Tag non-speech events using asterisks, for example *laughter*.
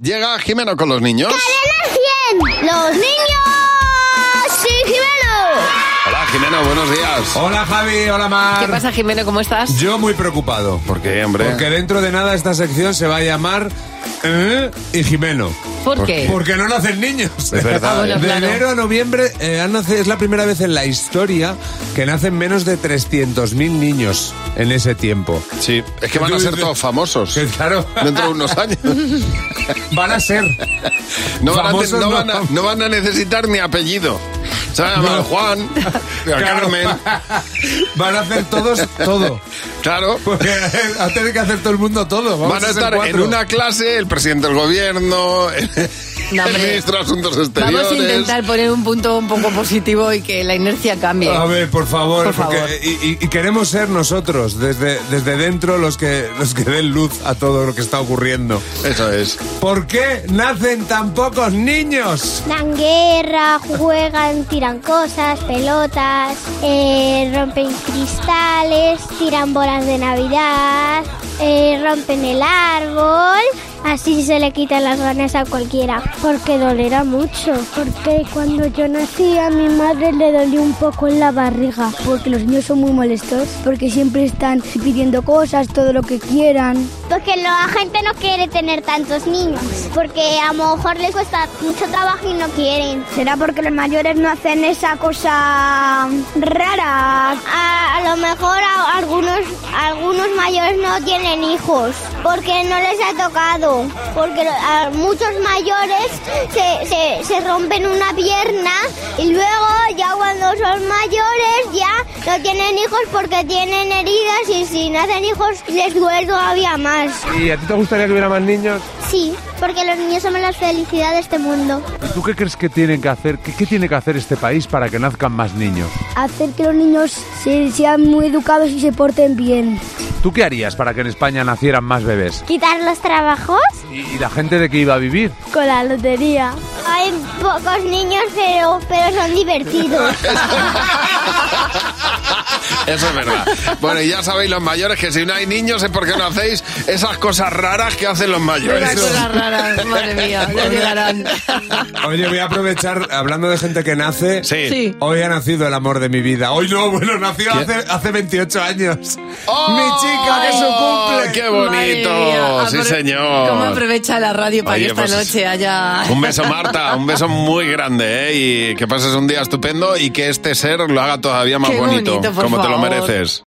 Llega Jimeno con los niños. ¡Los niños! ¡Sí, Hola Jimeno, buenos días. Hola Javi, hola ¿Qué Mar. pasa, Jimeno? ¿Cómo estás? Yo muy preocupado. ¿Por qué, hombre? Porque dentro de nada esta sección se va a llamar ¿eh? y Jimeno. pues, ¿Por qué? Ah, Porque no nacen niños. Es verdad, Ah, *laughs* bueno, ¿eh? de claro. enero a noviembre eh, han nace- es la primera vez en la historia que nacen menos de 300.000 niños en ese tiempo. Sí, es que van a ser todos famosos. eh, Que claro, Dentro de unos años. *laughs* van *laughs* a ser. No van, a, Famosos no no. van a- no van a necesitar ni apellido. Se van a llamar No. *laughs* Juan, Claro. Carmen. *laughs* Van a hacer todos todo. Claro. Porque *laughs* a tener que hacer todo el mundo todo. Pues Vamos Van a ser estar en cuatro. una clase el presidente del gobierno, *laughs* el, No, hombre. ministro de Asuntos Exteriores. Vamos a intentar poner un punto un poco positivo y que la inercia cambie. A ver, por favor, Por favor. porque- y, y- y queremos ser nosotros, desde, desde dentro, los que, los que den luz a todo lo que está ocurriendo. Eso *laughs* es. ¿Por qué nacen tan pocos niños? Dan guerra, juegan, tiran cosas, pelotas, eh, rompen cristales, tiran bolas de Navidad, eh, rompen el árbol. Así se le quitan las ganas a cualquiera. Porque dolerá mucho. Porque cuando yo nací a mi madre le dolió un poco en la barriga. Porque los niños son muy molestos, porque siempre están pidiendo cosas, todo lo que quieran. Porque la gente no quiere tener tantos niños. Porque a lo mejor les cuesta mucho trabajo y no quieren. ¿Será porque los mayores no hacen esa cosa rara? A, a lo mejor a- algunos, algunos mayores no tienen hijos porque no les ha tocado. Porque lo- a muchos mayores se, se- se rompen una pierna y luego ya cuando son mayores ya no tienen hijos porque tienen heridas y si nacen hijos les duele todavía más. ¿Y a ti te gustaría que hubiera más niños? Sí, porque los niños son la felicidad de este mundo. ¿Y tú qué crees que tienen que hacer? ¿Qué, qué tiene que hacer este país para que nazcan más niños? Hacer que los niños se- sean muy educados y se porten bien. ¿Tú qué harías para que en España nacieran más bebés? ¿Quitar los trabajos? ¿Y, y la gente de qué iba a vivir? Con la lotería. Hay pocos niños, pero, pero son divertidos. *laughs* Eso es verdad. Bueno, y ya sabéis los mayores que si no hay niños es porque no hacéis esas cosas raras que hacen los mayores. Esas *laughs* cosas raras, madre mía, ya llegarán. Oye, voy a aprovechar, hablando de gente que nace. Sí. Sí. Hoy ha nacido el amor de mi vida. Hoy no, bueno, nació ¿Qué? hace, hace 28 años. ¡Oh! Mi chica, que su cumple. ¡Qué Madre bonito! mía, sí, apro- señor. ¿Cómo aprovecha la radio para Oye, que esta pues, noche haya... Un beso, Marta, un beso muy grande, ¿eh? Y que pases un día estupendo y que este ser lo haga todavía más Qué bonito, por como te lo favor. mereces.